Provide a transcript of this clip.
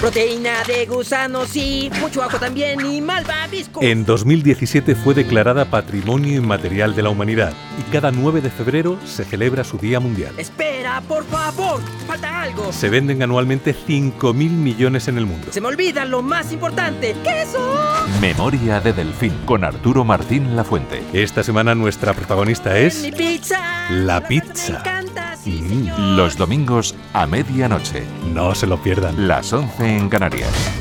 Proteína de gusano, sí, mucho ajo también y malvavisco. En 2017 fue declarada Patrimonio Inmaterial de la Humanidad y cada 9 de febrero se celebra su Día Mundial. Espera, por favor, falta algo. Se venden anualmente 5.000 millones en el mundo. Se me olvida lo más importante. ¡Queso! Memoria de Delfín con Arturo Martín Lafuente. Esta semana nuestra protagonista es Mi pizza. La verdad pizza. Me encanta, sí, Mm, señor. Los domingos a medianoche, No se lo pierdan. las 11 en Canarias.